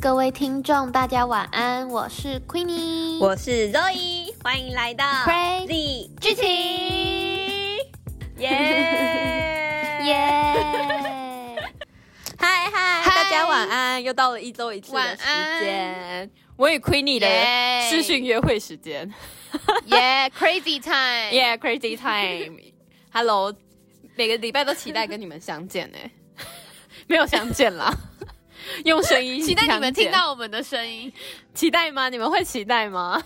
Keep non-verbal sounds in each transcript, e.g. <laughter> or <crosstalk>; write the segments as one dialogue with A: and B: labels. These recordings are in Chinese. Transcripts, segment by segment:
A: 各位听众，大家晚安，我是 Queenie，
B: 我是 Zoe，欢迎来到
A: Crazy
B: Z
A: 剧情，
B: 耶耶！
C: <laughs>
A: 耶！
B: <laughs> 嗨嗨，大家晚安！又到了一周一次的时间，我与 Queenie 的
C: Yay
B: 视讯约会时
C: <laughs>
B: 间
C: Yeah, crazy time.
B: ，Yeah Crazy Time，Hello，每个礼拜都期待跟你们相见呢， <laughs> 没有相见
C: <laughs>
B: 啦，用声音
C: 期待你们
B: 相见
C: 听到我们的声音。
B: 期待吗？你们会期待吗？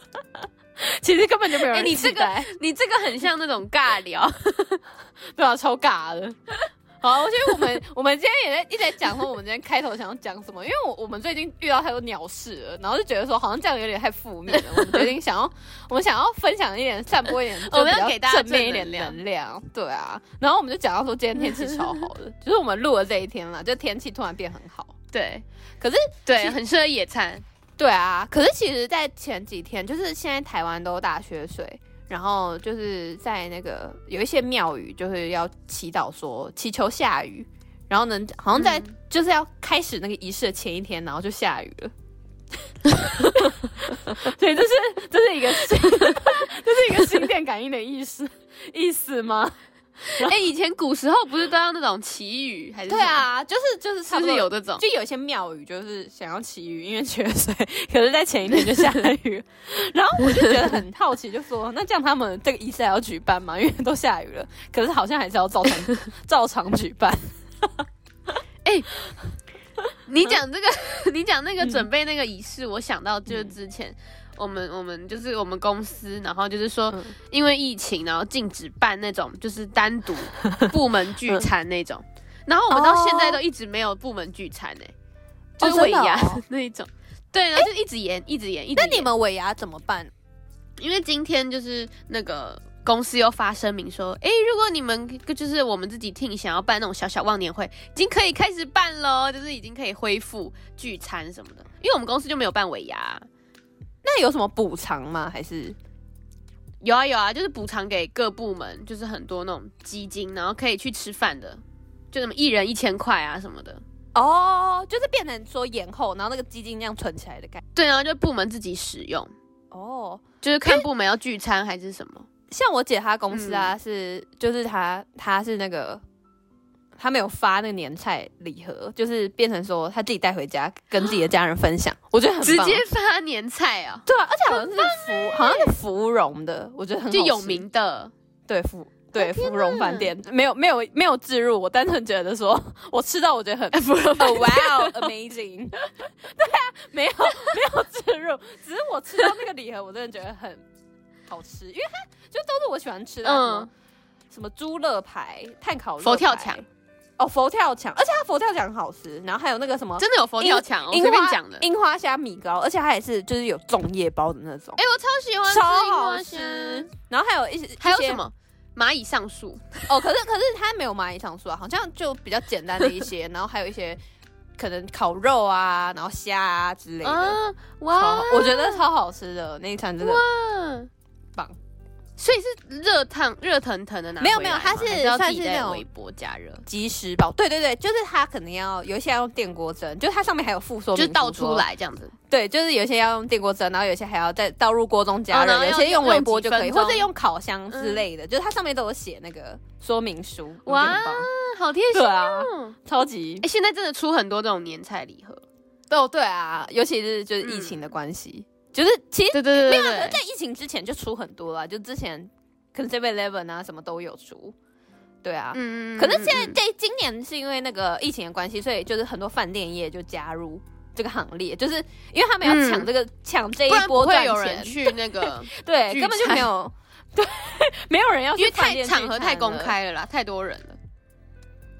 B: <laughs> 其实根本就没有
C: 哎、
B: 人
C: 你
B: 期
C: 这
B: 待，
C: 个 <laughs> 你这个很像那种尬聊，
B: 对啊，超尬的。好，我觉得我们我们今天也在一直在讲说，我们今天开头想要讲什么，因为我我们最近遇到太多鸟事了，然后就觉得说好像这样有点太负面了。我们决定想要，我们想要分享一点，散播一
C: <laughs>
B: 点，
C: 我们
B: 就比
C: 要
B: 较
C: 给大家
B: 正面一点
C: 正能量
B: 能量。对啊，然后我们就讲到说今天天气超好的， <laughs> 就是我们录了这一天啦，就天气突然变很好。
C: <laughs> 对
B: 可是
C: 对，很适合野餐。
B: 对啊，可是其实，在前几天，就是现在台湾都大缺水，然后就是在那个有一些庙宇，就是要祈祷说祈求下雨，然后呢，好像在、就是要开始那个仪式的前一天，然后就下雨了。所以这是 <laughs> 这是一个心，这是一个心电感应的意思意思吗？
C: <laughs> 哎、以前古时候不是都要那种祈雨还是？
B: 对，啊，就是就是
C: 是
B: 差
C: 不
B: 不
C: 是
B: 多
C: 有这种？
B: 就有一些庙宇就是想要祈雨，因为缺水， <laughs> 可是，在前一天就下了 <laughs> 雨，然后我就觉得很好奇，就说那这样他们这个仪式还要举办吗？因为都下雨了，可是好像还是要照常 <laughs> 照常举办。
C: <laughs> 你讲这个， <laughs> 你讲那个准备那个仪式，我想到就是之前。我们我们就是我们公司，然后就是说
B: 嗯，
C: 因为疫情，然后禁止办那种就是单独部门聚餐那种，然后我们到现在都一直没有部门聚餐呢、就是尾牙、那一种，对，然后就一直延，一直延，一直
B: <laughs> 那
C: 延。
B: 你们尾牙怎么办？
C: 因为今天就是那个公司又发声明说，诶，如果你们就是我们自己 team 想要办那种小小忘年会，已经可以开始办喽，就是已经可以恢复聚餐什么的。因为我们公司就没有办尾牙，
B: 那有什么补偿吗？还是
C: 有啊有啊，就是补偿给各部门，就是很多那种基金，然后可以去吃饭的，就什么一人一千块啊什么的。
B: 哦，就是变成说延后，然后那个基金这样存起来的概念。
C: 对，然啊后就部门自己使用，
B: 哦，
C: 就是看部门要聚餐还是什么。
B: 像我姐她公司啊，
C: 嗯
B: 是就是她她是那个，她没有发那个年菜礼盒，就是变成说她自己带回家跟自己的家人分享，我觉得很
C: 直
B: 棒
C: 接发年菜啊、
B: 对啊，而且好像是芙好像是芙蓉的，我觉得很好
C: 就
B: 吃
C: 有名的，
B: 对芙
C: 哦
B: 对芙蓉饭店没有没有没有置入，我单纯觉得说我吃到我觉得很芙蓉哇 <laughs> 哦 amazing，对啊，没有没有置入，只是我吃到那个礼盒，我真的觉得很好吃，因为它就都是我喜欢吃的，嗯
C: 嗯，
B: 什么猪肋排、碳烤肉排
C: 佛跳墙。
B: 哦，佛跳墙，而且它佛跳墙很好吃，然后还有那个什么
C: 真的有佛跳墙哦，我
B: 樱
C: 随便
B: 花
C: 讲的。
B: 樱花虾米糕，而且它也是就是有粽叶包的那种，
C: 哎、我超喜欢吃
B: 超
C: 樱
B: 好
C: 花虾，
B: 吃。然后还有一些
C: 还有
B: 一些
C: 什么蚂蚁上树？
B: <laughs> 哦，可是可是它没有蚂蚁上树啊，好像就比较简单的一
C: <laughs>
B: 些，然后还有一些可能烤肉啊，然后虾啊之类的，
C: 啊，
B: 超
C: 哇
B: 好，我觉得超好吃的那一餐真的
C: 哇
B: 棒。
C: 所以是热烫、热腾腾的拿回来吗，
B: 没有没有它
C: 还
B: 是
C: 是要自
B: 算是
C: 己
B: 那
C: 在
B: 种
C: 微波加热，
B: 即食包，对对对，就是它可能要有一些要用电锅蒸，就是它上面还有附说
C: 就
B: 明
C: 是倒
B: 附说
C: 出，来这样子。
B: 对，就是有一些要用电锅蒸，然后有一些还要再倒入锅中加热，
C: 哦然后
B: 有
C: 要
B: 些用微
C: 用
B: 波就
C: 几
B: 可以，
C: 分
B: 或
C: 钟嗯
B: 者用烤箱之类的，就是它上面都有写那个说明书，我觉得很
C: 哇
B: 棒，
C: 好贴心
B: 对啊，
C: 哦！
B: 超级
C: 哎、现在真的出很多这种年菜礼盒。
B: 哦，对啊，尤其是就是疫情的关系，
C: 嗯
B: 就是其实
C: 对对
B: 没
C: 对
B: 有啊，可
C: 对
B: 是在疫情之前就出很多啦，就之前可能 Seven Eleven 啊什么都有出，对啊。
C: 嗯
B: 可是现在
C: 嗯嗯
B: 这今年是因为那个疫情的关系，所以就是很多饭店业就加入这个行列，就是因为他们要抢这个抢、这
C: 不然
B: 一
C: 嗯不
B: 波
C: 会
B: 赚
C: 有人
B: 钱，
C: 去那 <laughs> 个，
B: 对，
C: 聚
B: 根本就没有对， <laughs> 没有人要去
C: 因为
B: 饭
C: 太
B: 店聚
C: 场合太
B: 餐
C: 公
B: 了，
C: 开了啦，太多人了。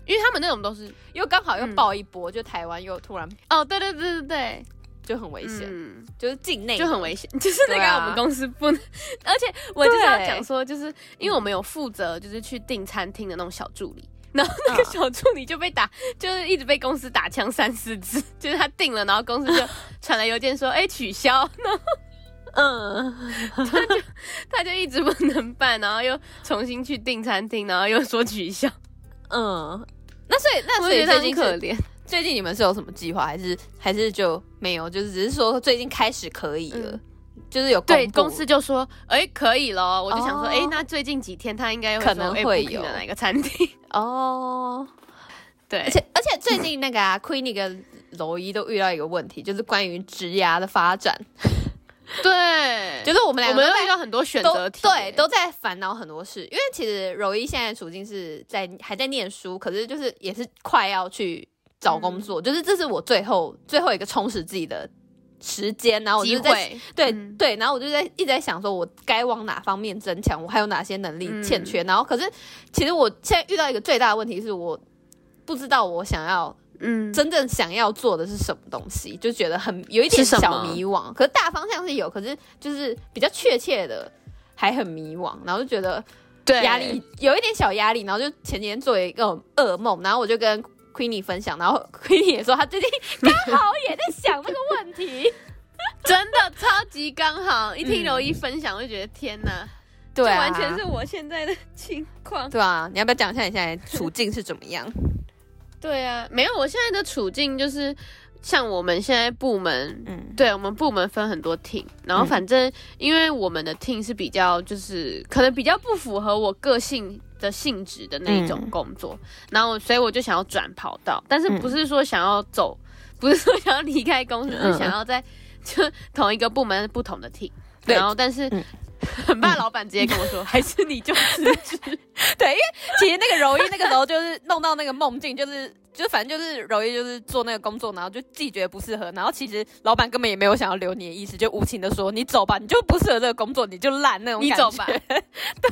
C: 因为他们那种都是
B: 又刚好又
C: 嗯
B: 爆一波，就台湾又突然
C: 哦，对对对对对，
B: 就很危险，
C: 嗯
B: 就是境内
C: 就很危险， <laughs> 就是那
B: 哎对
C: 个
B: 啊
C: 我们公司不能，而且我就是要
B: 对
C: 讲说，就是因为我们有负责就是去订餐厅的那种小助理， <laughs> 然后那个
B: 嗯
C: 小助理就被打，就是一直被公司打枪三四次， <laughs> 就是他订了，然后公司就传来邮件说，哎、取消， <laughs>
B: 嗯。
C: 他就一直不能办，然后又重新去订餐厅，然后又说取消，
B: <laughs> 嗯，那所以那
C: 我
B: 所
C: 觉
B: 以
C: 得他
B: 最
C: 很
B: 近
C: 可
B: 是
C: 怜，
B: 最近你们是有什么计划，还是还是就没有？就是只是说最近开始可以了，就是有
C: 对，
B: 嗯公布
C: 公司就说，哎、可以咯。我就想说，
B: 哦
C: 哎、那最近几天他应该
B: 可能
C: 会说哎
B: 会
C: 诶 booking
B: 有
C: 了哪一个餐厅？
B: 哦。
C: 对，
B: 而且而且最近那个啊，Queenie 跟娄一都遇到一个问题，就是关于职涯的发展，
C: 对，
B: 就是我们两个
C: 我们
B: 都
C: 又
B: 在
C: 遇到很多选
B: 都
C: 择题，
B: 对，都在烦恼很多事。因为其实柔一现在处境是在还在念书，可是就是也是快要去找工作，就是这是我最后最后一个充实自己的时间，然后我就
C: 机
B: 是在。
C: 会，
B: 对、
C: 嗯
B: 对，然后我就在一直在想，说我该往哪方面增强，我还有哪些能力欠
C: 嗯
B: 缺。然后，可是其实我现在遇到一个最大的问题是，我不知道我想要
C: 嗯，
B: 真正想要做的是什么东西，就觉得很有一点
C: 是什么
B: 小迷惘。可是大方向是有，可是就是比较确切的还很迷惘，然后就觉得
C: 对
B: 压力有一点小压力，然后就前几天做一个噩梦，然后我就跟 Queenie 分享，然后 <laughs> Queenie 也说她最近刚好也在想这个问
C: <laughs>
B: 题。
C: 真的超级刚好，一听
B: 嗯
C: 柔一分享，我就觉得天哪，
B: 对、
C: 这完全是我现在的情况。
B: 对啊！你要不要讲一下你现在处境是怎么
C: <laughs>
B: 样？
C: 对啊，没有，我现在的处境就是像我们现在部门，
B: 嗯，
C: 对我们部门分很多 team，然后反正因为我们的 team 是比较就是可能比较不符合我个性的性质的那一种
B: 嗯
C: 工作，然后所以我就想要转跑道，但是
B: 嗯
C: 不是说想要走，不是说想要离开公司，
B: 嗯
C: 是想要在就同一个部门不同的 team，
B: 对
C: 然后但是。
B: 嗯
C: 很怕老板直接跟我说，还是你就
B: <laughs>
C: 辞职。
B: 对，因为其实那个柔一那个时候就是弄到那个梦境，就是就反正就是柔一就是做那个工作，然后就自己觉得不适合，然后其实老板根本也没有想要留你的意思，就无情的说你走吧，你就不适合这个工作，你就烂那种
C: 你
B: 感觉。
C: 走吧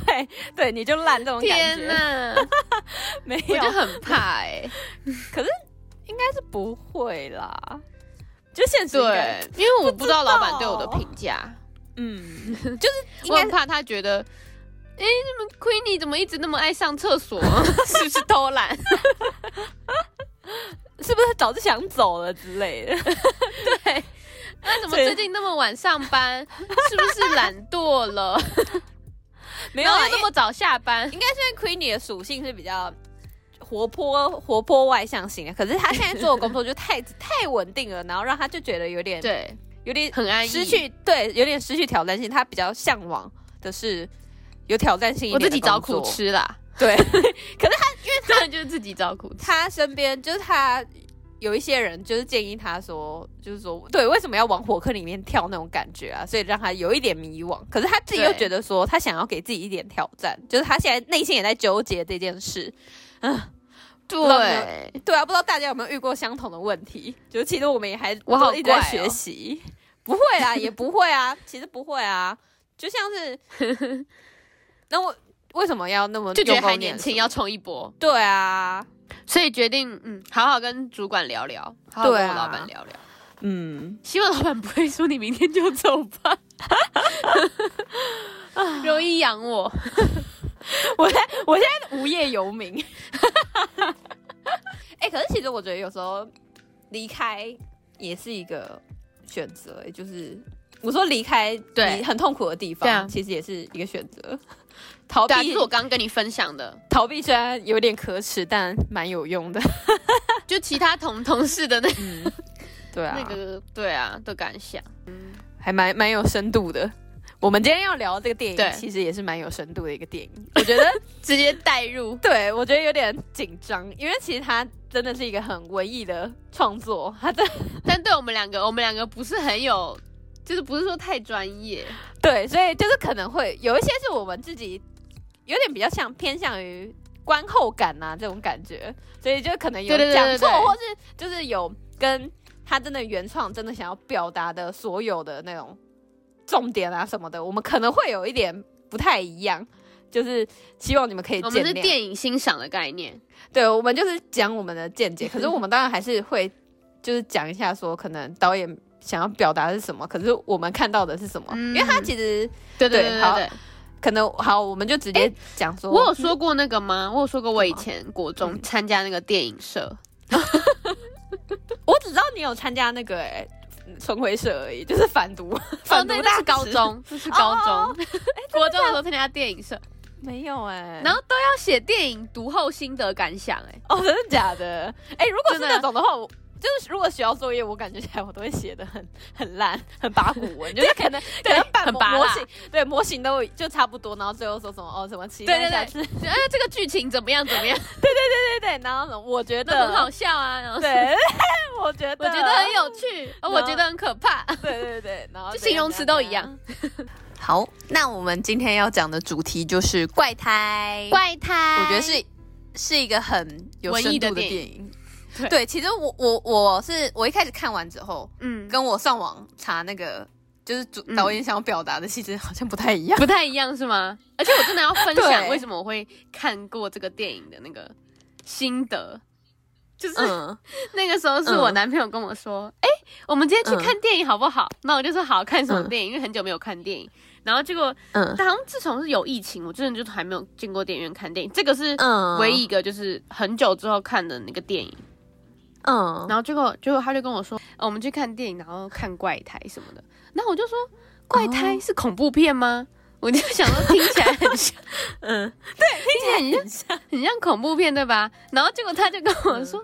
B: 对 <laughs> 对，你就烂这种感
C: 天
B: 觉。
C: 哪，
B: 没
C: 我
B: 有
C: 就，很怕哎、
B: <laughs> 是不会啦。就现实应该
C: 对，因为我不知道老板
B: 不知
C: 对
B: 道
C: 我的评价，
B: 嗯，就是应
C: 我
B: 该
C: 很怕他觉得，哎、你们 Queenie 怎么一直那么爱上厕
B: <laughs>
C: 所？是不是偷懒？
B: 是不是早就想走了之类
C: <laughs>
B: 的？
C: 对。那怎么最近那么晚上班？
B: <laughs>
C: 是不是懒惰了？
B: 没有
C: 然
B: 啊
C: 后
B: 啦，
C: 又那么早下班？
B: 因为 Queenie 的属性是比较活泼、活泼外向型的，可是她现在做的工作就太 <laughs> 太稳定了，然后让她就觉得有点
C: 对，
B: 有点
C: 很安逸。
B: 失去对，有点失去挑战性。她比较向往的是有挑战性一
C: 我
B: 点
C: 自
B: 的
C: 己
B: 工
C: 找苦
B: 作。
C: 吃啦，
B: 对， <laughs>
C: 真的就是自己找苦吃。
B: 她身边就是她有一些人就是建议她说，就是说对，为什么要往火坑里面跳那种感觉啊？所以让她有一点迷惘。可是她自己又
C: 对
B: 觉得说，她想要给自己一点挑战，就是她现在内心也在纠结这件事。知道有
C: 对，
B: 对啊，不知道大家有没有遇过相同的问题？就是其实我们也还
C: 我好
B: 都一直在
C: 怪哦
B: 学习，不会
C: <laughs>
B: 啦，也不会啊，其实不会啊，就像是，
C: <laughs>
B: 那我为什么要那么
C: 就觉得
B: 用功
C: 还
B: 念
C: 年轻，
B: 书
C: 要冲一波，
B: 对啊，
C: 所以决定嗯，好好跟主管聊聊，好好
B: 对
C: 跟
B: 啊
C: 我老板聊聊。
B: 嗯，
C: 希望老板不会说你明天就走
B: <laughs>
C: 吧，容易养我。
B: 我现在我现在无业游民， <laughs> 哎、可是其实我觉得有时候离开也是一个选择、也就是我说离开
C: 对
B: 你很痛苦的地方，
C: 对啊
B: 其实也是一个选择，逃避、
C: 对啊，就是我刚刚跟你分享的，
B: 逃避虽然有点可耻，但蛮有用的。
C: 就其他同同
B: <laughs>
C: 事的那、
B: 嗯，对啊，
C: 那个，对啊的感想。
B: 还蛮蛮有深度的。我们今天要聊这个电
C: 对
B: 影，其实也是蛮有深度的一个电影。我觉得， <laughs>
C: 直接带入，
B: 对我觉得有点紧张，因为其实它真的是一个很文艺的创作，它真
C: 但对我们两个，我们两个不是很有，就是不是说太专业，
B: 对，所以就是可能会有一些是我们自己有点比较像偏向于观后感啊这种感觉，所以就可能有
C: 对对对
B: 讲错，
C: 对对
B: 或是就是有跟他真的原创真的想要表达的所有的那种重点啊什么的，我们可能会有一点不太一样，就是希望你们可以
C: 我
B: 见
C: 们是
B: 谅。
C: 电影欣赏的概念。
B: 对，我们就是讲我们的见
C: <laughs>
B: 解，可是我们当然还是会就是讲一下说，可能导演想要表达的是什么，可是我们看到的是什么，因为他
C: 嗯
B: 其实。
C: 对对
B: 对
C: 对
B: 好
C: 对对，
B: 可能好，我们就直接讲说，
C: 我有说过那个吗？我有说过我以前国中参加那个电影社，
B: 我只知道你有参加那个哎、春晖社而已，就是反毒，
C: 哦，
B: 反毒
C: 那
B: 大
C: 那是高 <laughs>
B: 使，
C: 中，那是高
B: 哦
C: 中，国中的时候参加电影社，
D: 没有
B: 欸
D: 哎、
C: 然后都要写电影读后心得感想、哎，
D: 哦，真的假的？
B: 啊
D: 哎、如果是
C: 真的
D: 那种的话，我就是如果学校作业，我感觉起来我都会写的很 <laughs> 很烂，很八股文，就是可
B: <laughs>
D: 能可能半
C: 很
D: 模
C: 拔
D: 模
C: 辣
D: 型，对模型都就差不多，然后最后说什么哦什么期
C: 对
D: 待
C: 对
D: 下
C: 对
D: 次，对
C: 觉得 <laughs> 哎这个剧情怎么样怎么
B: <laughs>
C: 样，
D: <laughs> 对对，然后呢我觉
C: 都
D: <laughs>
C: 很好
D: 得
C: 笑啊，然后
D: 对，我觉得
C: 我觉得很有趣，
B: 啊
C: 呃我
D: 然后
C: 觉得很可怕，
D: 对对对，然后
C: <laughs> 就
D: 怎
C: 形
D: 样
C: 容词
D: 怎
C: 都一样。
B: 好，那我们今天要讲的主题就是怪胎。
A: 怪胎，
B: 我觉得是是一个很有
C: 文
B: 深
C: 艺
B: 度
C: 的
B: 的
C: 电
B: 电
C: 影
B: 影。对其实我我我是我一开始看完之后，
C: 嗯，
B: 跟我上网查那个就是主
C: 嗯
B: 导演想要表达的，其实好像不太一样。
C: 不太一样是吗？而且我真的要分享
B: 对
C: 为什么我会看过这个电影的那个心得，就是、
B: 嗯，
C: 那个时候是我
B: 嗯
C: 男朋友跟我说，哎、我们今天去
B: 嗯
C: 看电影好不好？那我就说好看什么
B: 嗯
C: 电影，因为很久没有看电影。然后结果，
B: 嗯
C: 但好像自从是有疫情，我真的就还没有进过电影院看电影。这个是
B: 嗯
C: 唯一一个就是很久之后看的那个电影。
B: <laughs> 嗯，
C: 然后结果结果他就跟我说、哦，我们去看电影，然后看怪胎什么的。那我就说，怪胎是恐怖片吗？我就想说听起来很像，
B: 嗯，
C: 对，听起来很像很像恐怖片对吧？然后结果他就跟我说，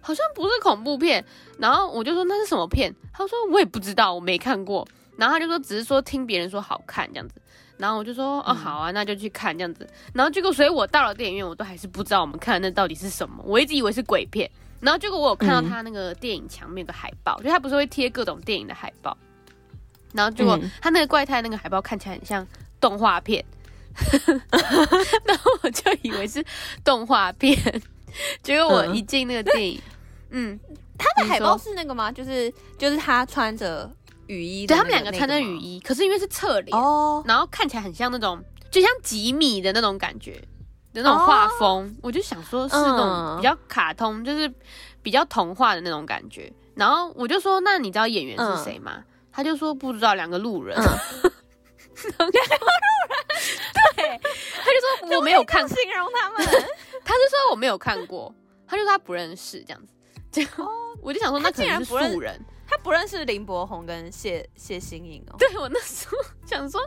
C: 好像不是恐怖片。然后我就说那是什么片？他说我也不知道，我没看过。然后他就说只是说听别人说好看这样子。然后我就说哦好啊，那就去看这样子。然后结果所以我到了电影院，我都还是不知道我们看的那到底是什么，我一直以为是鬼片。然后结果我有看到
B: 嗯
C: 他那个电影墙面有个海报，就他不是会贴各种电影的海报，然后结果
B: 嗯
C: 他那个怪胎那个海报看起来很像动画片， <laughs> 然后我就以为是动画片，结果我
B: 嗯
C: 一进那个电影，嗯，
B: 他
C: 你
B: 的海报
C: 说
B: 是那个吗？就是就是他穿着雨衣的
C: 对
B: 那
C: 他
B: 个，
C: 们两个穿着雨
B: 衣
C: 衣，可是因为是侧脸，
B: 哦，
C: 然后看起来很像那种，就像吉米的那种感觉的那种画
D: 哦
C: 风，我就想说是那种
B: 嗯
C: 比较卡通，就是比较童话的那种感觉。然后我就说：“那你知道演员是谁吗？”
D: 嗯
C: 他就说：“不知道，两个路人。
B: 嗯
C: 他就说：“我没
B: <laughs>
C: 有 <laughs> 看，
D: 形容他们，
C: 他就说我没有看过，他就说他不认识这样子。”结果我就想说，那
D: 哦他
C: 可
D: 竟
C: 能
D: 然
C: 是
D: 不认
C: 素人。
D: 他不认识林柏宏跟谢谢欣颖哦。
C: <laughs> 对我那时候想说，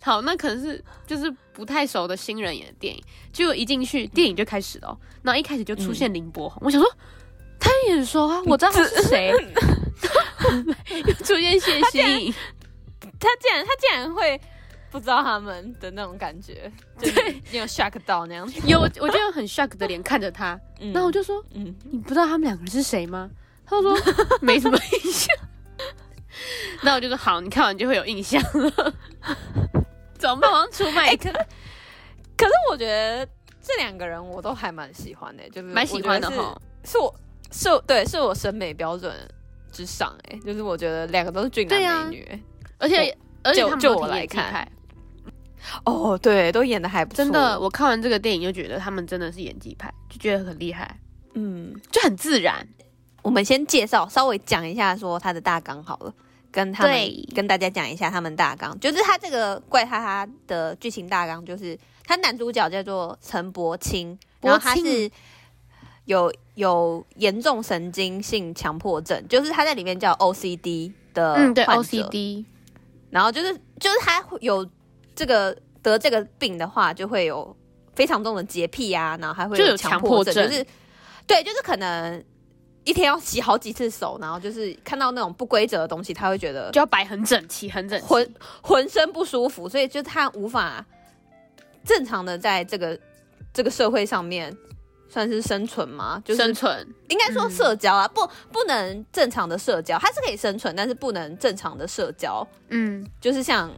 C: 好，那可能是就是不太熟的新人演的电影，结果一进去电影就开始了哦，然后一开始就出
D: 嗯
C: 现林柏宏，我想说他很眼熟啊，我知道他是谁， <laughs> 又出现谢欣颖，
D: 他竟然他竟然会不知道他们的那种感觉，就是你有 shock 到那样 <laughs> 子。
C: 有我我就用很 shock 的脸看着他，
D: 嗯
C: 然后我就说
D: 嗯，
C: 你不知道他们两个人是谁吗？他
D: <laughs>
C: 就说没什么印象，那我就说好，你看完就会有印象了， <laughs> 怎么办？我要出卖
D: 哎、可是可是我觉得这两个人我都还蛮喜欢的、就是
C: 蛮喜欢的
D: 我觉得
C: 哈，
D: 是是我是我对是我审美标准之上哎、就是我觉得两个都是俊
C: 对啊
D: 男美女、
C: 而且而且
D: 就
C: 他们
D: 就
C: 都
D: 我
C: 挺
D: 来
C: 演技
D: 看
C: 派。
D: 哦，对，都演的还不错，
C: 真的，，我看完这个电影就觉得他们真的是演技派，就觉得很厉害，
B: 嗯，
C: 就很自然。
B: 我们先介绍，稍微讲一下说他的大纲好了，跟他们
A: 对
B: 跟大家讲一下他们大纲，就是他这个怪哈哈的剧情大纲，就是他男主角叫做陈柏青，然后他
C: 柏青
B: 是有有严重神经性强迫症，就是他在里面叫 OCD 的
C: 嗯，对
B: 患者
C: ，OCD，
B: 然后就是就是他会有这个得这个病的话，就会有非常重的洁癖啊，然后还会
C: 就有
B: 强
C: 强
B: 迫
C: 迫
B: 症，
C: 症
B: 就是对，就是可能一天要洗好几次手，然后就是看到那种不规则的东西，他会觉得
C: 就要摆很整齐，很整齐。
B: 浑浑身不舒服，所以就是他无法正常的在这个这个社会上面算是生存嘛，就是
C: 生嗯存，
B: 应该说社交啊，不不能正常的社交，他是可以生存，但是不能正常的社交。
C: 嗯，
B: 就是像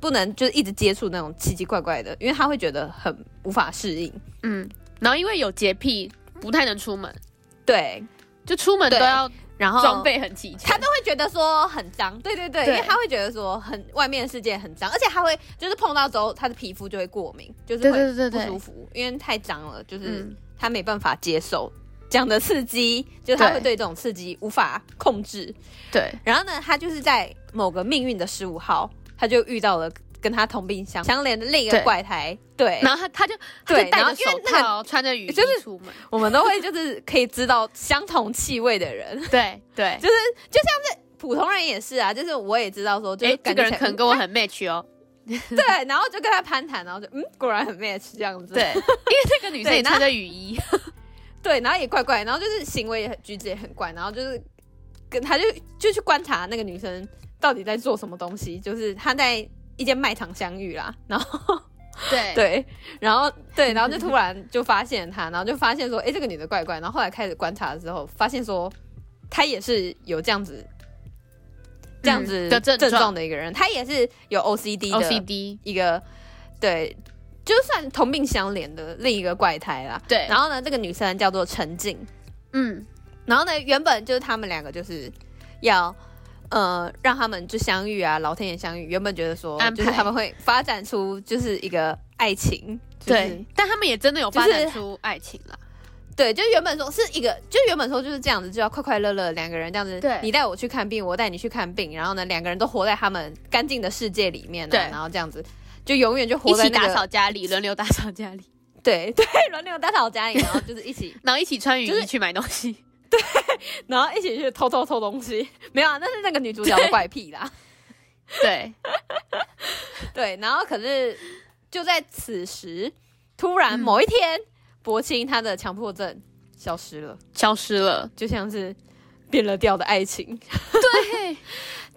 B: 不能就是一直接触那种奇奇怪怪的，因为他会觉得很无法适应。
C: 嗯，然后因为有洁癖，不太能出门，
B: 对，
C: 就出门都
B: 对
C: 要
B: 然后
C: 装备很齐全。
B: 他都会觉得说很脏，对对对，
C: 对
B: 因为他会觉得说很外面的世界很脏，而且他会就是碰到之后他的皮肤就会过敏，就是
C: 对对
B: 会
C: 对
B: 不
C: 对
B: 舒服，因为太脏了，就是
C: 嗯，
B: 他没办法接受。这样的刺激，就是他
C: 对
B: 会对这种刺激无法控制。
C: 对，
B: 然后呢，他就是在某个命运的十五号，他就遇到了跟他同病相相怜的另一个
C: 对
B: 怪胎。对，
C: 然后他他就他
B: 对
C: 就戴
B: 然后
C: 着
B: 因为
C: 手
B: 那个
C: 套，穿着雨衣
B: 就是
C: 出门。
B: 我们都会就是可以知道相同气味的人，
C: <laughs> 对对，
B: 就是就像是普通人也是啊，就是我也知道说，就是
C: 哎，这
B: 感觉
C: 个
B: 起来、嗯
C: <laughs> 人可能跟我很 match 哦。
B: 对，然后就跟他攀谈，然后就嗯，果然很 match 这样子。
C: 对，因为这个女生也
B: 对那
C: 穿着雨衣，
B: 对，然后也怪怪，然后就是行为也很举止也很怪，然后就是跟他就就去观察那个女生到底在做什么东西，就是他在一间卖场相遇啦，然后
C: 对
B: 对，然后对，然后就突然就发现他，然后就发现说，哎、这个女的怪怪，然后后来开始观察之后，发现说她也是有这样子。这样子
C: 嗯的症状
B: 状的一个人，她也是有 OCD 的
C: OCD，
B: 一个对，就算同病相怜的另一个怪胎啦。
C: 对，
B: 然后呢，这个女生叫做陈静，
C: 嗯，
B: 然后呢，原本就是他们两个就是要呃让他们就相遇啊，老天爷相遇。原本觉得说，
C: 安排
B: 就是他们会发展出就是一个爱情，就是、
C: 对，但他们也真的有
B: 就
C: 发
B: 是
C: 展出爱情了，
B: 对，就原本说是一个，就原本说就是这样子，就要快快乐乐两个人这样子，
C: 对
B: 你带我去看病，我带你去看病，然后呢，两个人都活在他们干净的世界里面、啊，
C: 对
B: 然后这样子就永远就活
C: 一
B: 在
C: 起
B: 那
C: 打
B: 个
C: 扫
B: <laughs>
C: 家里，轮流打扫家里，
B: 对 <laughs> 对，轮流打扫家里，然后就是一起
C: 然后一起穿雨
B: 就
C: 衣
B: 是
C: 去买东西，
B: 然后一起去偷偷偷东西， <laughs> 没有啊，那是那个女主角的怪癖啦。
C: <laughs> 对，
B: 对，然后可是就在此时，突然某一天，柏青她的强迫症消失了，
C: 消失了，
B: 就像是变了调的爱情。
C: 对，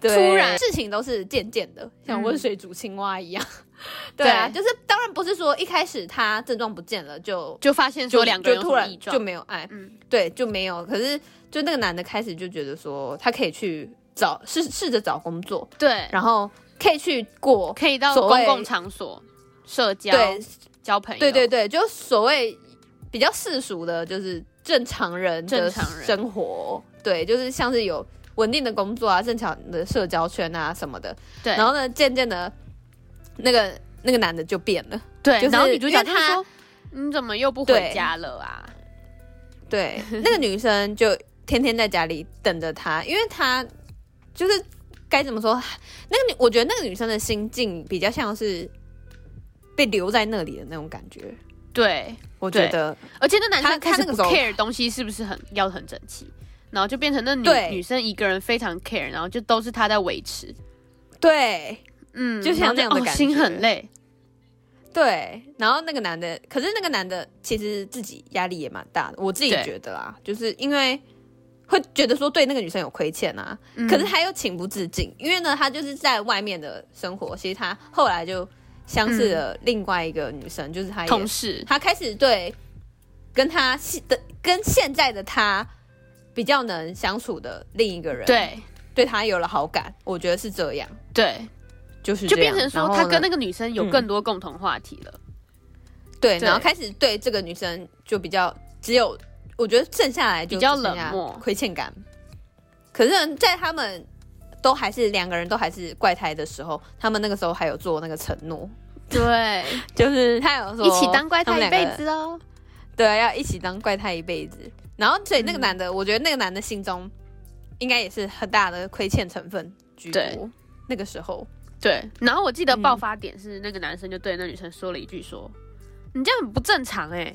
B: <laughs> 对
C: 突然
B: 事情都是渐渐的，像
C: 嗯
B: 温水煮青蛙一样。 <laughs> 对啊，
C: 对
B: 就是当然不是说一开始她症状不见了就。
C: 就发现
B: 就
C: 说两个人有
B: 就
C: 什
B: 突
C: 么
B: 然
C: 异
B: 就
C: 状，
B: 没有爱，
C: 嗯，
B: 对，就没有。可是就那个男的开始就觉得说，他可以去找试试着找工作，
C: 对，
B: 然后可以去过，
C: 可以到
B: 所谓
C: 公共场所社交，
B: 对
C: 交朋友，
B: 对对对，就所谓比较世俗的，就是正常人的
C: 正常人
B: 生活，对，就是像是有稳定的工作啊，正常的社交圈啊什么的。
C: 对，
B: 然后呢，渐渐的，那个那个男的就变了，
C: 对，
B: 就是
C: 然后女主
B: 因
C: 角
B: 为
C: 就
B: 她
C: 说：“你怎么又不
B: 对
C: 回家了啊 <laughs>
B: 对，那个女生就天天在家里等着他，因为他就是该怎么说，那个女，我觉得那个女生的心境比较像是被留在那里的那种感觉，？”
C: 对，
B: 我觉
C: 对
B: 得。
C: 而且那男
B: 他
C: 生开
B: 他
C: 始
B: 那个
C: 不
B: 时候
C: care 东西是不是很要很整齐，然后就变成那女
B: 对
C: 女生一个人非常 care，然后就都是她在维持，
B: 对，
C: 嗯，
B: 就像那样的
C: 然后就
B: 感
C: 哦
B: 觉
C: 心很累，
B: 对，然后那个男的，可是那个男的其实自己压力也蛮大的，我自己
C: 对
B: 觉得啦，就是因为会觉得说对那个女生有亏欠啊，
C: 嗯
B: 可是他又情不自禁，因为呢，他就是在外面的生活，其实他后来就相似了另外一个女生，就是他也
C: 同事，
B: 他开始对跟他现的跟现在的他比较能相处的另一个人，
C: 对
B: 对他有了好感，我觉得是这样，
C: 对，
B: 就是这
C: 就变
B: 样
C: 成说
B: 然后
C: 他
B: 呢
C: 跟那个女生有
B: 嗯
C: 更多共同话题了，
B: 对，
C: 对
B: 然后开始对这个女生就比较只有，我觉得剩下来就
C: 比较
B: 只剩下
C: 冷漠
B: 亏欠感。可是，在他们都还是两个人都还是怪胎的时候，他们那个时候还有做那个承诺，
C: 对，
B: 就是他有说
C: 一起当怪
B: 他
C: 胎
B: 们
C: 一
B: 两个
C: 辈子哦，
B: 对，要一起当怪胎一辈子。然后，所以那
C: 嗯
B: 个男的，我觉得那个男的心中应该也是很大的亏欠成分居
C: 对
B: 多。那个时候，
C: 对。然后我记得
B: 嗯
C: 爆发点是那个男生就对那女生说了一句说：“你这样很不正常哎、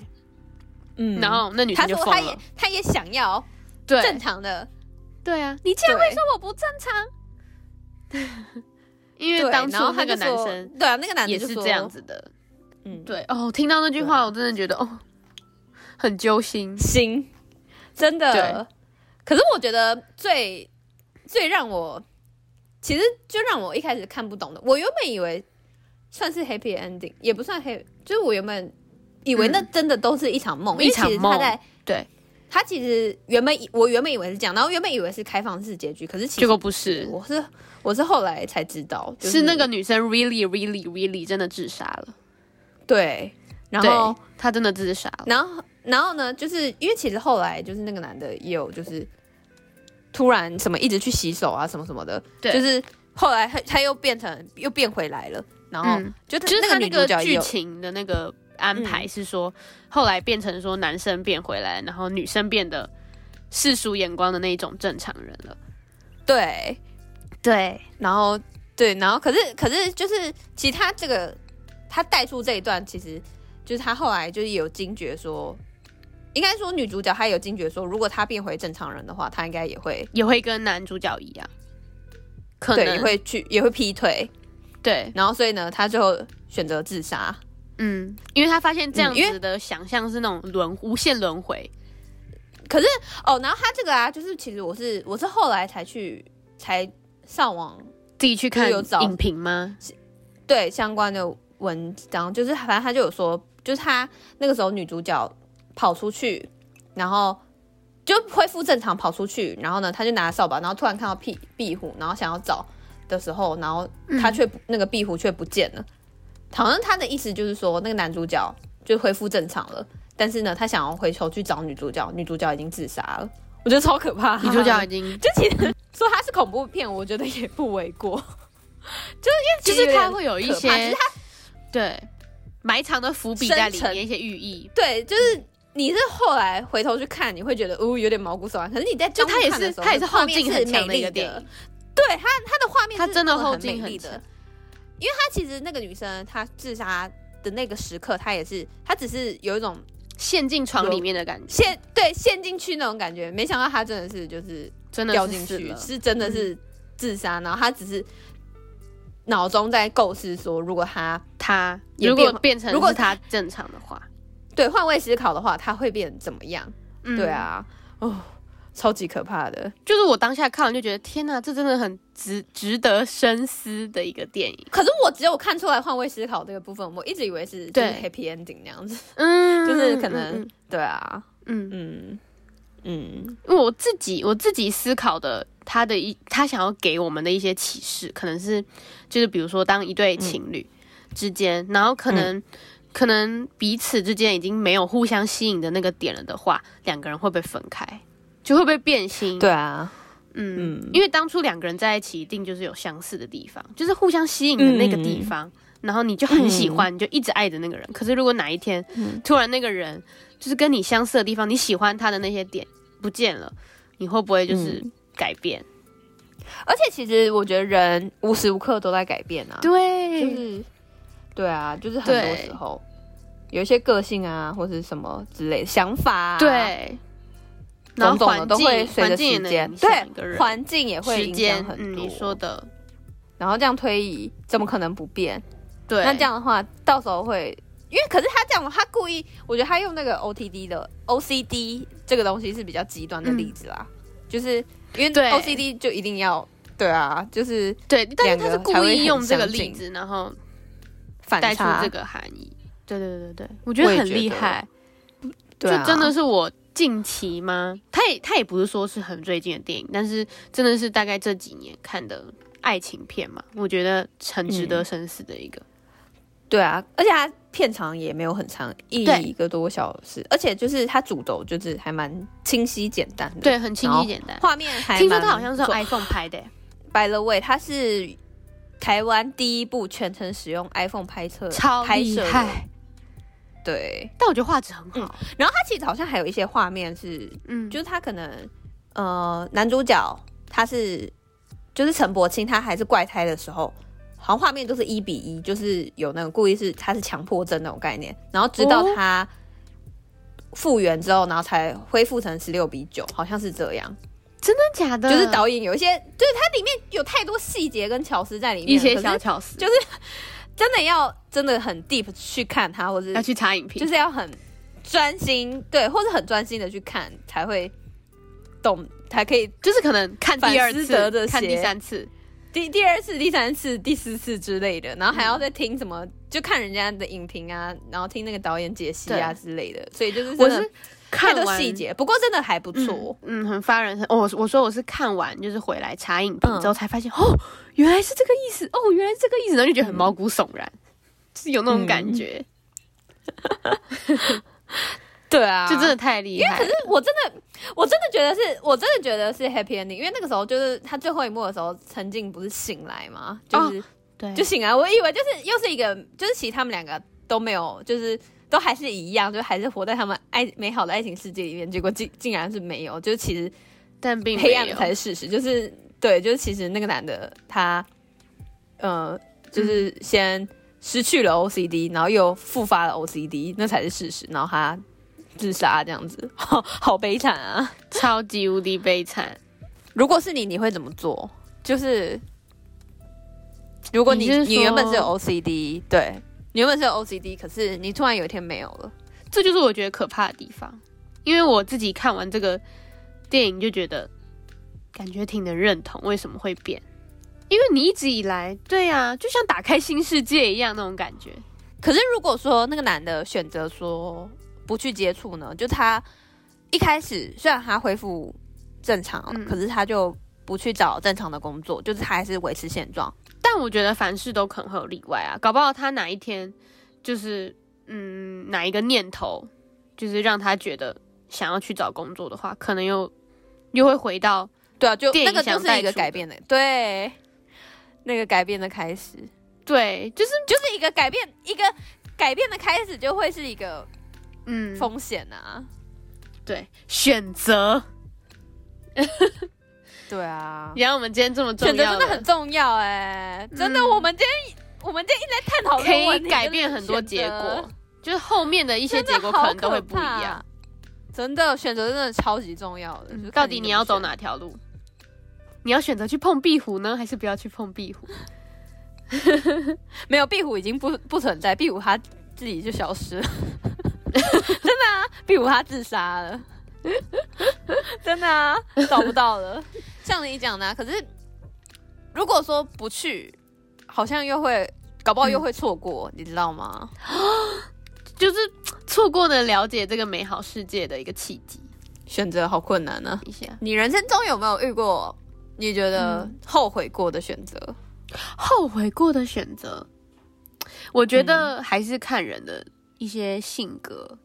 B: 嗯
C: 然后那女
B: 他
C: 生就
B: 说
C: 疯
B: 他也
C: 了，
B: 他也想要正
C: 对
B: 常的，
C: 对啊，你这样
B: 对
C: 会说我不正常，
B: <laughs>
C: 因
B: 对，
C: 为当初
B: 然后他
C: 那个
B: 就
C: 男
B: 说
C: 生
B: 对啊，那个男的
C: 也
B: 就是说
C: 这样，子的。
B: 嗯，
C: 对哦，听到那句
B: 对
C: 话，我真的觉得哦，很揪心。
B: 心，真的
C: 对。
B: 可是我觉得最最让我，其实就让我一开始看不懂的，我原本以为算是 happy ending，也不算 happy，就是我原本以为
C: 嗯
B: 那真的都是一场梦，
C: 一场
B: 因为其实他
C: 梦
B: 在
C: 对。
B: 他其实原本以我原本以为是这样，然后原本以为是开放式结局，可是其
C: 结
B: 实
C: 果不是，
B: 我是我是后来才知道，就是
C: 那个女生 really really really 真的自杀了，
B: 对，然
C: 对
B: 后
C: 她真的自杀了。
B: 然后，然后呢，就是因为其实后来就是那个男的也有就是突然什么一直去洗手啊什么什么的，
C: 对
B: 就是后来他他又变成又变回来了，然后
C: 嗯，
B: 就他、
C: 就是
B: 个
C: 她
B: 女
C: 那
B: 主
C: 个
B: 角也
C: 剧
B: 有嗯
C: 情的那个安排是说，后来变成说男生变回来，然后女生变得世俗眼光的那一种正常人了。
B: 对，
C: 对，
B: 然后对，然后可是可是就是其实他这个他带出这一段，其实就是他后来就是有惊觉说，应该说女主角她有惊觉说，如果她变回正常人的话，她应该也会
C: 也会跟男主角一样，可
B: 对也
C: 能
B: 会去也会劈腿，
C: 对，
B: 然后所以呢，他最后选择自杀。
C: 嗯，因为他发现这样
B: 嗯因为
C: 子的想象是那种轮无限轮回，
B: 可是哦，然后他这个啊，就是其实我是我是后来才去才上网
C: 自己去看
B: 有找
C: 影评吗？
B: 对相关的文章，就是反正他就有说，就是他那个时候女主角跑出去，然后就恢复正常跑出去，然后呢，他就拿扫把，然后突然看到壁壁虎，然后想要找的时候，然后
C: 嗯
B: 他却不、那个壁虎却不见了。好像他的意思就是说，那个男主角就恢复正常了，但是呢，他想要回头去找女主角，女主角已经自杀了。我觉得超可怕，
C: 女主角已经
B: 就其实 <laughs> 说它是恐怖片，我觉得也不为过，
C: 就
B: 就是是因为
C: 它会有一
B: 可怕
C: 些
B: 就是
C: 对埋藏的伏笔在里
B: 深层
C: 面，一些寓意。
B: 对，就是你是后来回头去看，你会觉得哦有点毛骨悚然，可是你在
C: 就
B: 当
C: 它
B: 时
C: 也
B: 看的
C: 是
B: 时候
C: 它也是后劲
B: 那
C: 很
B: 个
C: 强
B: 画面是美
C: 的一
B: 丽
C: 个电
B: 的
C: 影，，
B: 对它它的画面
C: 它
B: 是
C: 真的
B: 的
C: 后
B: 很
C: 劲
B: 美
C: 很
B: 丽的，
C: 强
B: 因为它其实那个女生她自杀的那个时刻，她也是她只是有一种
C: 陷进床里面的感觉，
B: 陷对陷进去那种感觉，没想到她真的是就是
C: 真的
B: 掉
C: 是
B: 进
C: 死
B: 去，
C: 了嗯
B: 是真的是自杀，然后她只是脑中在构思说，如果她
C: 他
B: 也
C: 如果
B: 变
C: 变成
B: 如果
C: 是他正常的话，
B: 对换位思考的话，他会变怎么样？
C: 嗯
B: 对，啊，哦，超级可怕的。
C: 就是我当下看完就觉得天哪，这真的很值值得深思的一个电影。
B: 可是我只有看出来换位思考这个部分，我一直以为是就是
C: 对
B: happy ending 那样子。
C: 嗯，
B: 就是可
C: 嗯
B: 能
C: 嗯
B: 对啊，
C: 嗯，嗯
B: 嗯嗯，
C: 因为我自己我自己思考的，他的一他想要给我们的一些启示，可能是就是比如说当一对情侣之间，然后可能、可能彼此之间已经没有互相吸引的那个点了的话，两个人会被分开，就会被变心。
B: 对啊，
C: 嗯，
B: 嗯
C: 因为当初两个人在一起，一定就是有相似的地方，就是互相吸引的那个地方，然后你就很喜欢，你就一直爱着那个人。可是如果哪一天、突然那个人就是跟你相似的地方，你喜欢他的那些点不见了，你会不会就是改变？
B: 而且其实我觉得人无时无刻都在改变啊，
C: 对
B: 就是对啊，就是很多
C: 对
B: 时候有一些个性啊，或是什么之类的想法、啊，。
C: 对，然后
B: 种种
C: 环
B: 的都
C: 境
B: 会随着
C: 环境也
B: 时
C: 能
B: 间，
C: 影响一个
B: 对
C: 人
B: 环境也会
C: 时
B: 影响
C: 间，
B: 很多。
C: 嗯，你说的
B: 然后这样推移，怎么可能不变？
C: 对，
B: 那这样的话，到时候会，因为可是他这样，他故意，我觉得他用那个 OTD 的 OCD 这个东西是比较极端的例子啦，就是因为
C: 嗯对
B: OCD 就一定要对啊，就是
C: 对，但是
B: 两
C: 他
B: 个
C: 是故
B: 才会
C: 意
B: 很
C: 用这个
B: 相近
C: 例子，然后
B: 反
C: 带出
B: 差
C: 这，个含义。对对对对，我觉得
B: 我也
C: 很
B: 觉
C: 厉
B: 得
C: 害。
B: 对啊
C: 就真的是我近期吗？他也他也不是说是很最近的电影，但是真的是大概这几年看的爱情片嘛，我觉得很值得深思的一个。
B: 嗯对啊，而且他片长也没有很长，一
C: 对
B: 一个多小时，而且就是他主轴就是还蛮清晰简单的，
C: 对，很轻
B: 然
C: 易
B: 后
C: 简单。
B: 画面还
C: 听说
B: 蛮
C: 他好像是
B: 不
C: 用
B: 错呃
C: iPhone 拍的、
B: By the way，它是台湾第一部全程使用 iPhone 拍摄，
C: 超
B: 拍
C: 厉
B: 摄的。
C: 害。
B: 对，
C: 但我觉得画质很好。
B: 然后它其实好像还有一些画面是，
C: 嗯，
B: 就是他可能呃男主角他是就是陈柏青，他还是怪胎的时候。好像画面都是一比一，就是有那种故意是他是强迫症那种概念，然后直到
C: 哦
B: 他复原之后，然后才恢复成十六比九，好像是这样。
C: 真的假的？
B: 就是导演有一些，就是它里面有太多细节跟巧思在里面了，
C: 一些
B: 可是
C: 小巧思，
B: 就是真的要真的很 deep 去看它，或者
C: 要去查影评，
B: 就是要很专心，对，或者很专心的去看才会懂，才可以
C: 就是可能看第二
B: 反思
C: 次
B: 得的、
C: 看第
B: 些
C: 三次，
B: 第第二次、第三次、第四次之类的，然后还要再听什么，就看人家的影评啊，然后听那个导演解析啊之类的，所以就是真
C: 我
B: 的
C: 是
B: 太
C: 看
B: 多
C: 完
B: 细节，不过真的还不错。
C: 嗯，很发人深。哦，我我说我是看完就是回来查影评
B: 嗯
C: 之后才发现，哦，原来是这个意思，哦，原来是这个意思，然后就觉得
B: 嗯
C: 很毛骨悚然，就是有那种感
B: 嗯
C: 觉，
B: 对啊
C: 就真的太厉害了。
B: 我真的，我真的觉得是我真的觉得是 happy ending，因为那个时候就是他最后一幕的时候，陈静不是醒来嘛，
C: 哦
B: 就是、
C: 对，
B: 就醒来，我以为就是又是一个，就是其实他们两个都没有，就是都还是一样，就还是活在他们爱美好的爱情世界里面，结果竟竟然是没有，就是其实
C: 但并没
B: 黑暗的
C: 有
B: 才是事实，就是对，就是其实那个男的他，呃，
C: 嗯
B: 就是先失去了 OCD，然后又复发了 OCD，那才是事实，然后他自杀这样子， <laughs> 好好悲惨啊！
C: 超级无敌悲惨。
B: 如果是你，你会怎么做？就是如果你
C: 你是
B: 你原本是有
C: 说
B: OCD，对你原本是有 OCD，可是你突然有一天没有了，
C: 这就是我觉得可怕的地方，因为我自己看完这个电影就觉得，感觉挺能认同为什么会变，因为你一直以来，对啊，就像打开新世界一样那种感觉。
B: 可是如果说那个男的选择说不去接触呢，就他一开始虽然他恢复正常，
C: 嗯
B: 可是他就不去找正常的工作，就是他还是维持现状。
C: 但我觉得凡事都可能会有例外啊，搞不好他哪一天就是嗯哪一个念头，就是让他觉得想要去找工作的话，可能又又会回到
B: 对啊，就
C: 电
B: 那
C: 影
B: 个就
C: 想
B: 是一
C: 带
B: 个
C: 出
B: 改
C: 的
B: 变的，对，那个改变的开始，
C: 对，就是
B: 就是一个改变，一个改变的开始，就会是一个
C: 嗯
B: 风险啊。
C: 对选择。
B: 对啊，
C: 然后我们今天这么重要
B: 选择
C: 的
B: 真的很重要哎、真的，
C: 嗯
B: 我们今天我们今天一直在探讨这
C: 可
B: 个问
C: 以
B: 题，
C: 改变很多结果，就是后面的一
B: 一
C: 些结果可能都会不一样。。
B: 真的，选择真的超级重要的。就是看
C: 到底你要
B: 怎
C: 走
B: 么选
C: 哪？条路？你要选择去碰壁虎呢，还是不要去碰壁虎？
B: 没有壁虎已经不不存在，壁虎它自己就消 <laughs> 失了。真的啊，壁虎它自杀了。真的啊，找不到了。像你讲的、啊，可是如果说不去，好像又会，搞不好又会错过，你知道吗？
C: 就是错过了了解这个美好世界的一个契机。
B: 选择好困难呢、
C: 一下
B: 你人生中有没有遇过你觉得后悔过的选择？
C: 后悔过的选择，我觉得还是看人的一些性格，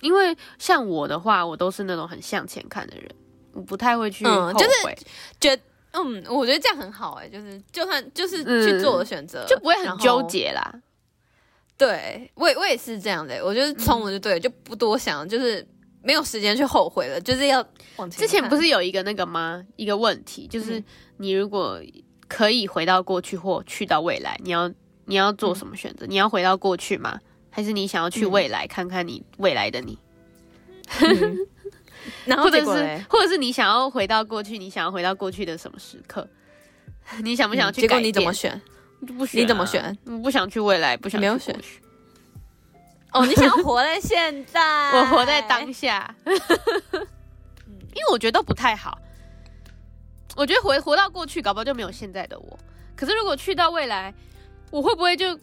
C: 因为像我的话，我都是那种很向前看的人，我不太会去后
B: 嗯就
C: 悔
B: 是，嗯，我觉得这样很好哎、就是就算就是
C: 嗯
B: 去做的选择、
C: 就不会
B: 然
C: 很
B: 后
C: 纠。结啦。
B: 对，我也我也是这样的欸、我就是冲了就对了，就不多想，就是没有时间去后悔了，就是要往前看。
C: 之前不是有一个那个吗？一个问题就是
B: 嗯，
C: 你如果可以回到过去或去到未来，你要你要做什么选择？你要回到过去吗？还是你想要去
B: 嗯
C: 未来，看看你未来的你，
B: <laughs> 嗯，然后
C: 或者
B: 结果
C: 是
B: 嘞
C: 或者是你想要回到过去，你想要回到过去的什么时刻？ <laughs> 你想不想要
B: 嗯
C: 去
B: 结
C: 改
B: 果
C: 变？
B: 你怎么选？
C: 不选啊
B: 你怎么选？
C: 我不想去未来，不想去
B: 没有
C: 过
B: 选
C: 去，
B: <laughs> 哦，你想要活在现 <laughs> 在，
C: 我活在当下， <laughs> 因为我觉得都不太好。我觉得回活到过去，搞不好就没有现在的我。可是如果去到未来，我会不会就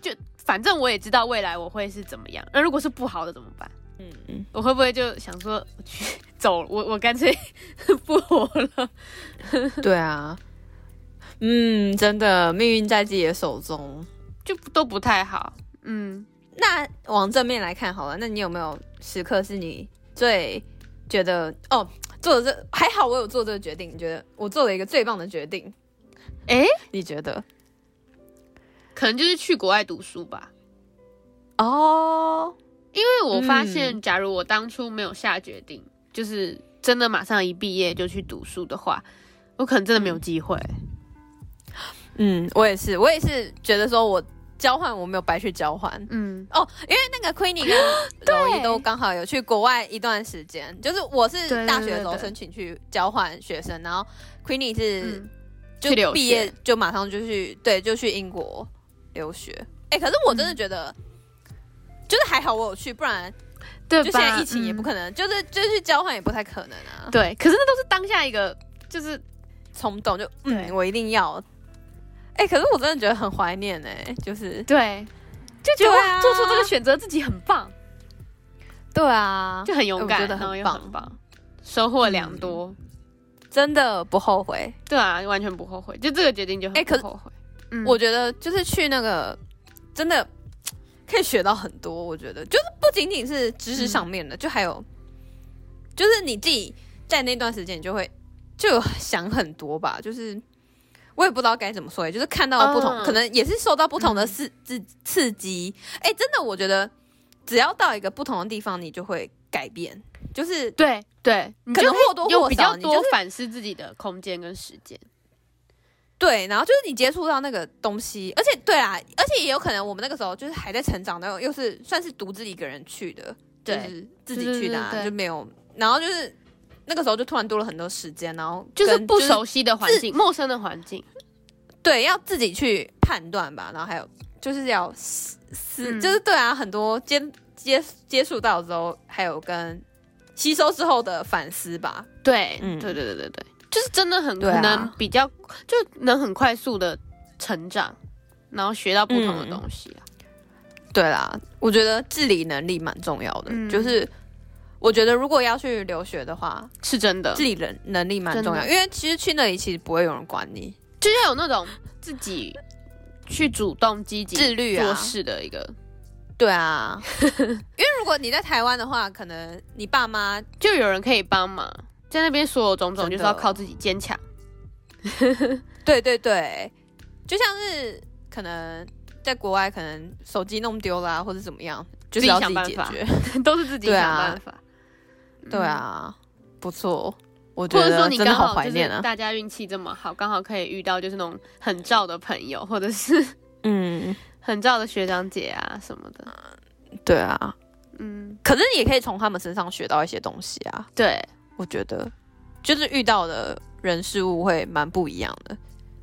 C: 就反正我也知道未来我会是怎么样？那如果是不好的怎么办？
B: 嗯嗯，
C: 我会不会就想说我去 <laughs> 走？我我干脆 <laughs> 不活了？
B: 对啊，嗯，真的，命运在自己的手中。
C: 就都不太好。嗯，
B: 那往正面来看好了，那你有没有时刻是你最觉得哦，做的这还好，我有做这个决定，你觉得我做了一个最棒的决定？
C: 诶
B: 你觉得？
C: 可能就是去国外读书吧。
B: 哦，
C: 因为我发现，
B: 嗯
C: 假如我当初没有下决定，就是真的马上一毕业就去读书的话，我可能真的没有机会。
B: 嗯，我也是，我也是觉得说我交换我没有白去交换。
C: 嗯，
B: 哦，因为那个 Queenie
C: <gasps>
B: 跟柔一都刚好有去国外一段时间，就是我是
C: 对
B: 大学的时候
C: 对对对
B: 申请去交换学生，然后 Queenie 是
C: 嗯
B: 就
C: 去留
B: 毕
C: 学
B: 业就马上就去，对，就去英国留学。哎、可是我真的觉
C: 嗯
B: 得，就是还好我有去，不然
C: 对
B: 就
C: 吧？嗯
B: 现在疫情也不
C: 能、
B: 可能，就是就是去交换也不太可能啊。
C: 对，可是那都是当下一个，就是
B: 冲动就嗯，
C: 对
B: 我一定要。哎、可是我真的觉得很怀念哎、就是
C: 对，就
B: 对
C: 觉得哇、
B: 啊
C: 做出这个选择自己很棒，
B: 对啊，
C: 就很勇
B: 我
C: 敢，
B: 觉得很
C: 然后又
B: 棒
C: 很棒，收获良
B: 嗯
C: 多。
B: 真的不后悔。
C: 对啊，完全不后悔，就这个决定就很
B: 哎可
C: 不
B: 是
C: 后悔。嗯
B: 我觉得就是去那个真的可以学到很多，我觉得就是不仅仅是知
C: 嗯
B: 识上面的，就还有就是你自己在那段时间，你就会就有想很多吧，就是。我也不知道该怎么说，欸也就是看到不同，
C: 嗯
B: 可能也是受到不同的刺刺、刺激。哎、真的，我觉得只要到一个不同的地方，你就会改变，就是
C: 对对，你
B: 可
C: 就
B: 能或多
C: 有
B: 或
C: 比较
B: 少，你就
C: 多
B: 是
C: 反思自己的空间跟时间。
B: 对，然后就是你接触到那个东西，而且对啦，而且也有可能我们那个时候就是还在成长的，又是算是独自一个人去的，就
C: 对
B: 是自己去的、啊，
C: 对对对对
B: 就没有。然后就是那个时候就突然多了很多时间，然后
C: 就是
B: 跟
C: 不熟悉的环
B: 自
C: 境，陌生的环境，
B: 对对，要自己去判断吧。然后还有就是要思思，
C: 嗯
B: 就是对啊，很多接接接触到之后，还有跟吸收之后的反思吧。
C: 对，
B: 嗯
C: 对对对对对，就是真的很
B: 对啊
C: 能比较，就能很快速的成长，然后学到不同的
B: 嗯
C: 东西啊。
B: 对啦，我觉得治理能力蛮重要的，
C: 嗯
B: 就是。我觉得如果要去留学的话，
C: 是真的，
B: 自理能能力蛮重要，
C: 真
B: 因为其实去那里其实不会有人管你，
C: 就要有那种自己去主动积极
B: 自律啊
C: 做事的一个，
B: 对
C: <laughs>
B: 啊，因为如果你在台湾的话，可能你爸妈
C: 就有人可以帮忙。在那边所有种种
B: 真的
C: 就是要靠自己坚强， <laughs>
B: 对对对，就像是可能在国外可能手机弄丢啦、或者怎么样，就是要自己解
C: 自己
B: 决。
C: 都是自己
B: 对
C: 想
B: 啊
C: 办法。嗯
B: 对，啊，不错，我觉
C: 或者说
B: 得
C: 你
B: 真的
C: 刚
B: 好
C: 好
B: 怀
C: 就
B: 念
C: 是
B: 啊。
C: 大家运气这么好，刚好可以遇到就是那种很照的朋友，或者是
B: 嗯，
C: 很照的学长姐啊什么的。
B: 对啊，
C: 嗯，
B: 可是你也可以从他们身上学到一些东西啊。
C: 对，
B: 我觉得就是遇到的人事物会蛮不一样的，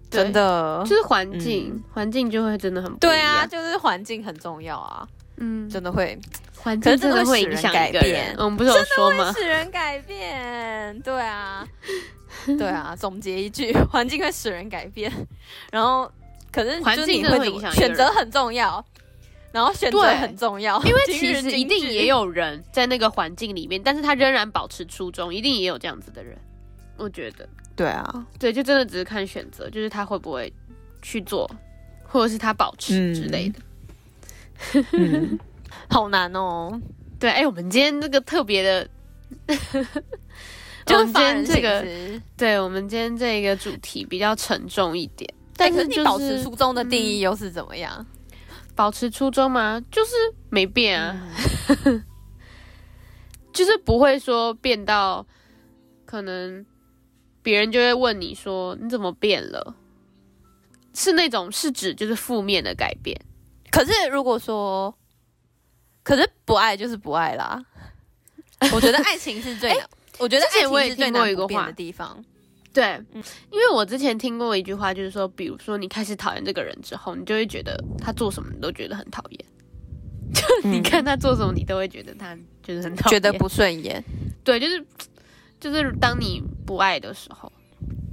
C: 对
B: 真的
C: 就。是环境
B: 嗯，
C: 环、境就会真的很不一
B: 对啊，
C: 样，
B: 就是环境很重要啊，
C: 嗯，
B: 真的会
C: 环
B: 可
C: 境
B: 是
C: 真的
B: 真的会
C: 会
B: 使人
C: 影响
B: 改
C: 一个
B: 变
C: 人。我们不是有说吗？
B: 使人改变。对
C: <laughs>
B: 啊，对啊，总结一句， <laughs> 环境会使人改变。然后，可是
C: 环
B: 就是
C: 境
B: 你
C: 真的
B: 会
C: 会
B: 怎么
C: 影响一个
B: 选
C: 人
B: 择很重要，然后选择
C: 对
B: 很重要，
C: 因为
B: 今
C: <laughs> 其
B: 日
C: 实
B: 今
C: 一定
B: 句
C: 也有人在那个环境里面，但是他仍然保持初衷，一定也有这样子的人。我觉得，
B: 对啊，
C: 对，就真的只是看选择，就是他会不会去做，或者是他保持
B: 嗯
C: 之类的。
B: 嗯， <laughs> 好难
C: <laughs>
B: 哦，
C: 对，哎、我们今天这个特别的， <laughs>
B: 就
C: 我
B: 是
C: 们今
B: 发
C: 天
B: 人
C: 这
B: 深
C: 个，
B: 思。
C: 对我们今天这个主题比较沉重一点，
B: 但
C: 但
B: 哎是
C: 是
B: 你
C: 就
B: 保
C: 是嗯
B: 持初衷的定义又是怎么样？
C: 保持初衷吗？就是没变啊， <laughs> 就是不会说变到可能别人就会问你说你怎么变了，是那种是指就是负面的改变，
B: 可是如果说，可是不爱就是不爱 <laughs> 啦。我觉得爱情是最难，我觉得
C: 之前
B: 爱
C: 我
B: 情
C: 也
B: 是最
C: 听过
B: 难
C: 一个
B: 不变
C: 话
B: 的地方。
C: 对，
B: 嗯
C: 因为我之前听过一句话，就是说，比如说你开始讨厌这个人之后，你就会觉得他做什么你都觉得很讨厌，就你看他做什么你都会觉得他就是很讨
B: 嗯
C: 厌，
B: 觉得不顺眼。
C: 对，就是就是当你不爱的时候，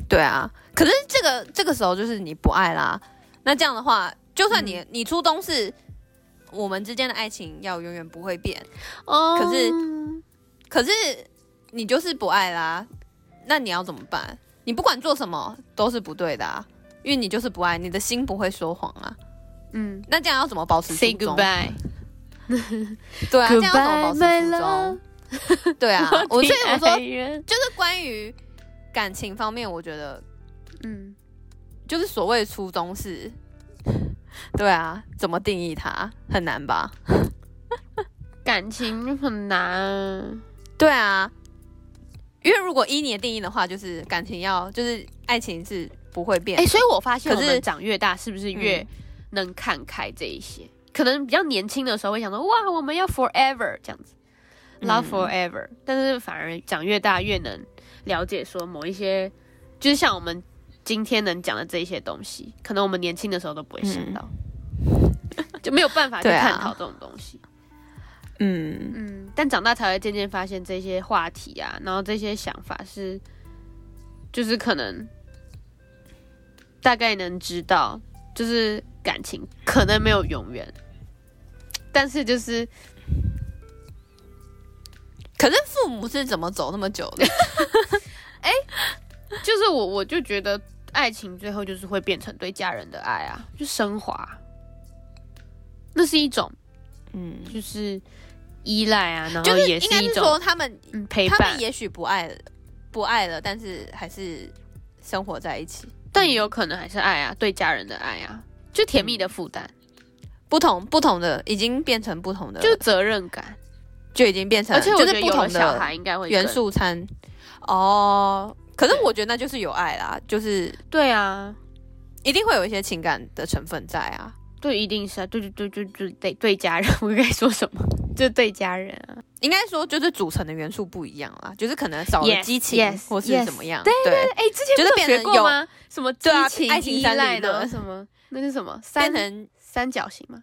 B: 对啊，可是这个这个时候就是你不爱啦。那这样的话，就算你、你初衷是我们之间的爱情要永远不会变，
C: 哦
B: 可是可是你就是不爱啦，那你要怎么办？你不管做什么都是不对的啊，因为你就是不爱，你的心不会说谎啊。
C: 嗯
B: 那这样要怎么保持初
C: ，say
B: 衷
C: goodbye。
B: 对啊，这样要怎么
C: Goodbye,
B: 保
C: my
B: 持初
C: love
B: 衷？对
C: <laughs>
B: 啊，我所以我说，
C: 说，
B: 就是关于感情方面，我觉得
C: 嗯，
B: 就是所谓初衷是，对啊，怎么定义它很难吧？
C: 感情很难，
B: 对啊，因为如果依你的定义的话，就是感情要就是爱情是不会变
C: 哎、，所以我发现
B: 可
C: 我
B: 是
C: 们长越大，是不是越
B: 嗯
C: 能看开这一些？可能比较年轻的时候会想说，哇，我们要 forever 这样子，love
B: 嗯
C: forever，、但是反而长越大越能了解说某一些，就是像我们今天能讲的这一些东西，可能我们年轻的时候都不会想到， <laughs> 就没有办法去
B: 对啊
C: 探讨这种东西。
B: 嗯，
C: 嗯，但长大才会渐渐发现这些话题啊，然后这些想法是，就是可能大概能知道，就是感情可能没有永远，但是就是
B: 可是父母是怎么走那么久的？
C: 就是我我就觉得爱情最后就是会变成对家人的爱啊，就升华，那是一种
B: 嗯，
C: 就是依赖啊，然
B: 就
C: 后
B: 是
C: 也
B: 应该
C: 一
B: 是
C: 种
B: 说他们
C: 嗯陪
B: 他
C: 伴
B: 们，也许不爱了，不爱了，但是还是生活在一起，
C: 但也有可能还是爱啊，对家人的爱啊，就甜蜜的负担。
B: 不同不同的已经变成不同的，
C: 就是责任感，
B: 就已经变成
C: 而且我
B: 就
C: 觉
B: 是
C: 得
B: 不
C: 有了
B: 同
C: 小
B: 的
C: 孩应该会更
B: 元。素餐哦。可是我觉得那就是有爱啦，就是
C: 对啊，
B: 一定会有一些情感的成分在啊。
C: <laughs> 对，一定是啊，对对对对对对对家人，我该说什么？就对家人啊，
B: 应该说就是组成的元素不一样啦，就是可能少了
C: Yes，
B: 激情
C: yes，
B: 或是
A: yes
B: 怎么样，对，
C: 哎，之前
B: 就是
C: 不是
B: 变
C: 有学
B: 成
C: 过
B: 有
C: 吗？什么激
B: 对啊
C: 情
B: 爱情
C: 依
B: 三
C: 赖
B: 理
C: 的
B: 论
C: 什么？那是什么？三
B: 变成
C: 三角形吗？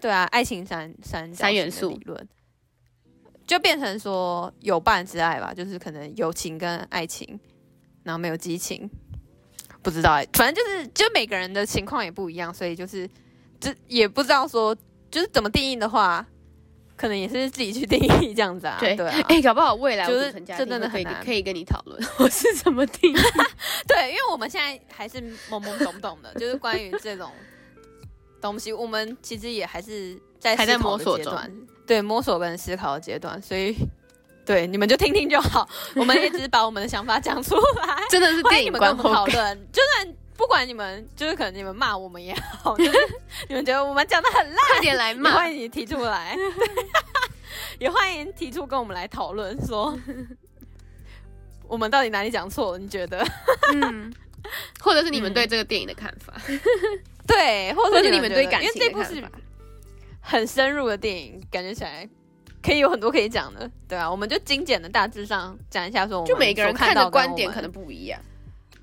B: 对啊，爱情三三角
C: 三
B: 形的
C: 元素
B: 理论，就变成说有伴之爱吧，就是可能友情跟爱情，然后没有激情，不知道哎、反正就是就每个人的情况也不一样，所以就是就也不知道说就是怎么定义的话，可能也是自己去定义这样子啊，对
C: <laughs>
B: 啊，
C: 哎，搞不好未来
B: 就
C: 我
B: 是
C: 组成家
B: 这
C: 庭
B: 真的
C: 我可以
B: 很难
C: 可以跟你讨论 <laughs> 我是怎么
B: <laughs>
C: 定义。
B: 对，因为我们现在还是懵懵懂懂的，就是关于这种东西，我们其实也还是在
C: 还在
B: 思考
C: 摸
B: 的
C: 索
B: 阶
C: 中
B: 段，对，摸索跟思考的阶段，所以对你们就听听就好，我们也只是把我们的想法讲出来，
C: 真的是
B: 欢
C: 电
B: 迎你
C: 影
B: 们跟我
C: 观
B: 们
C: 后
B: 讨
C: 感，
B: 论，就算。不管你们，就是可能你们骂我们也好，就是 <laughs> 你们觉得我们讲的很烂，
C: 快点来
B: 也
C: 骂
B: 欢迎你提出来， <laughs> 也欢迎提出跟我们来讨论，说我们到底哪里讲错了？你觉得？
C: 嗯，或者是你们
B: 嗯
C: 对这个电影的看法，
B: 对，或
C: 或
B: 者
C: 者
B: 是
C: 你们
B: 觉
C: 对
B: 得
C: 感情
B: 因为这部
C: 的看
B: 是
C: 法。
B: 很深入的电影，感觉起来可以有很多可以讲的，对啊，我们就精简的大致上讲一下，说我们
C: 就每个人
B: 所看
C: 看
B: 到跟
C: 的观
B: 我
C: 点
B: 们
C: 可能不一样。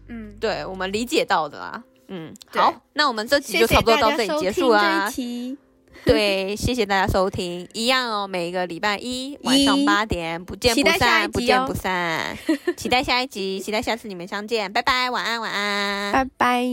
C: 嗯，
B: 对我们理解到的啦。嗯，
C: 对
B: 好，那我们这集就差不多到这里结束啊。
C: 期
B: 对，谢谢大家收听，一样哦，每个礼拜一晚上
C: 一
B: 八点不见
C: 期
B: 不
C: 待下一
B: 散，不
C: 集
B: 见
C: 哦
B: 不散，期待下一集，期待下次你们相见，拜拜，晚安，晚安，
C: 拜拜。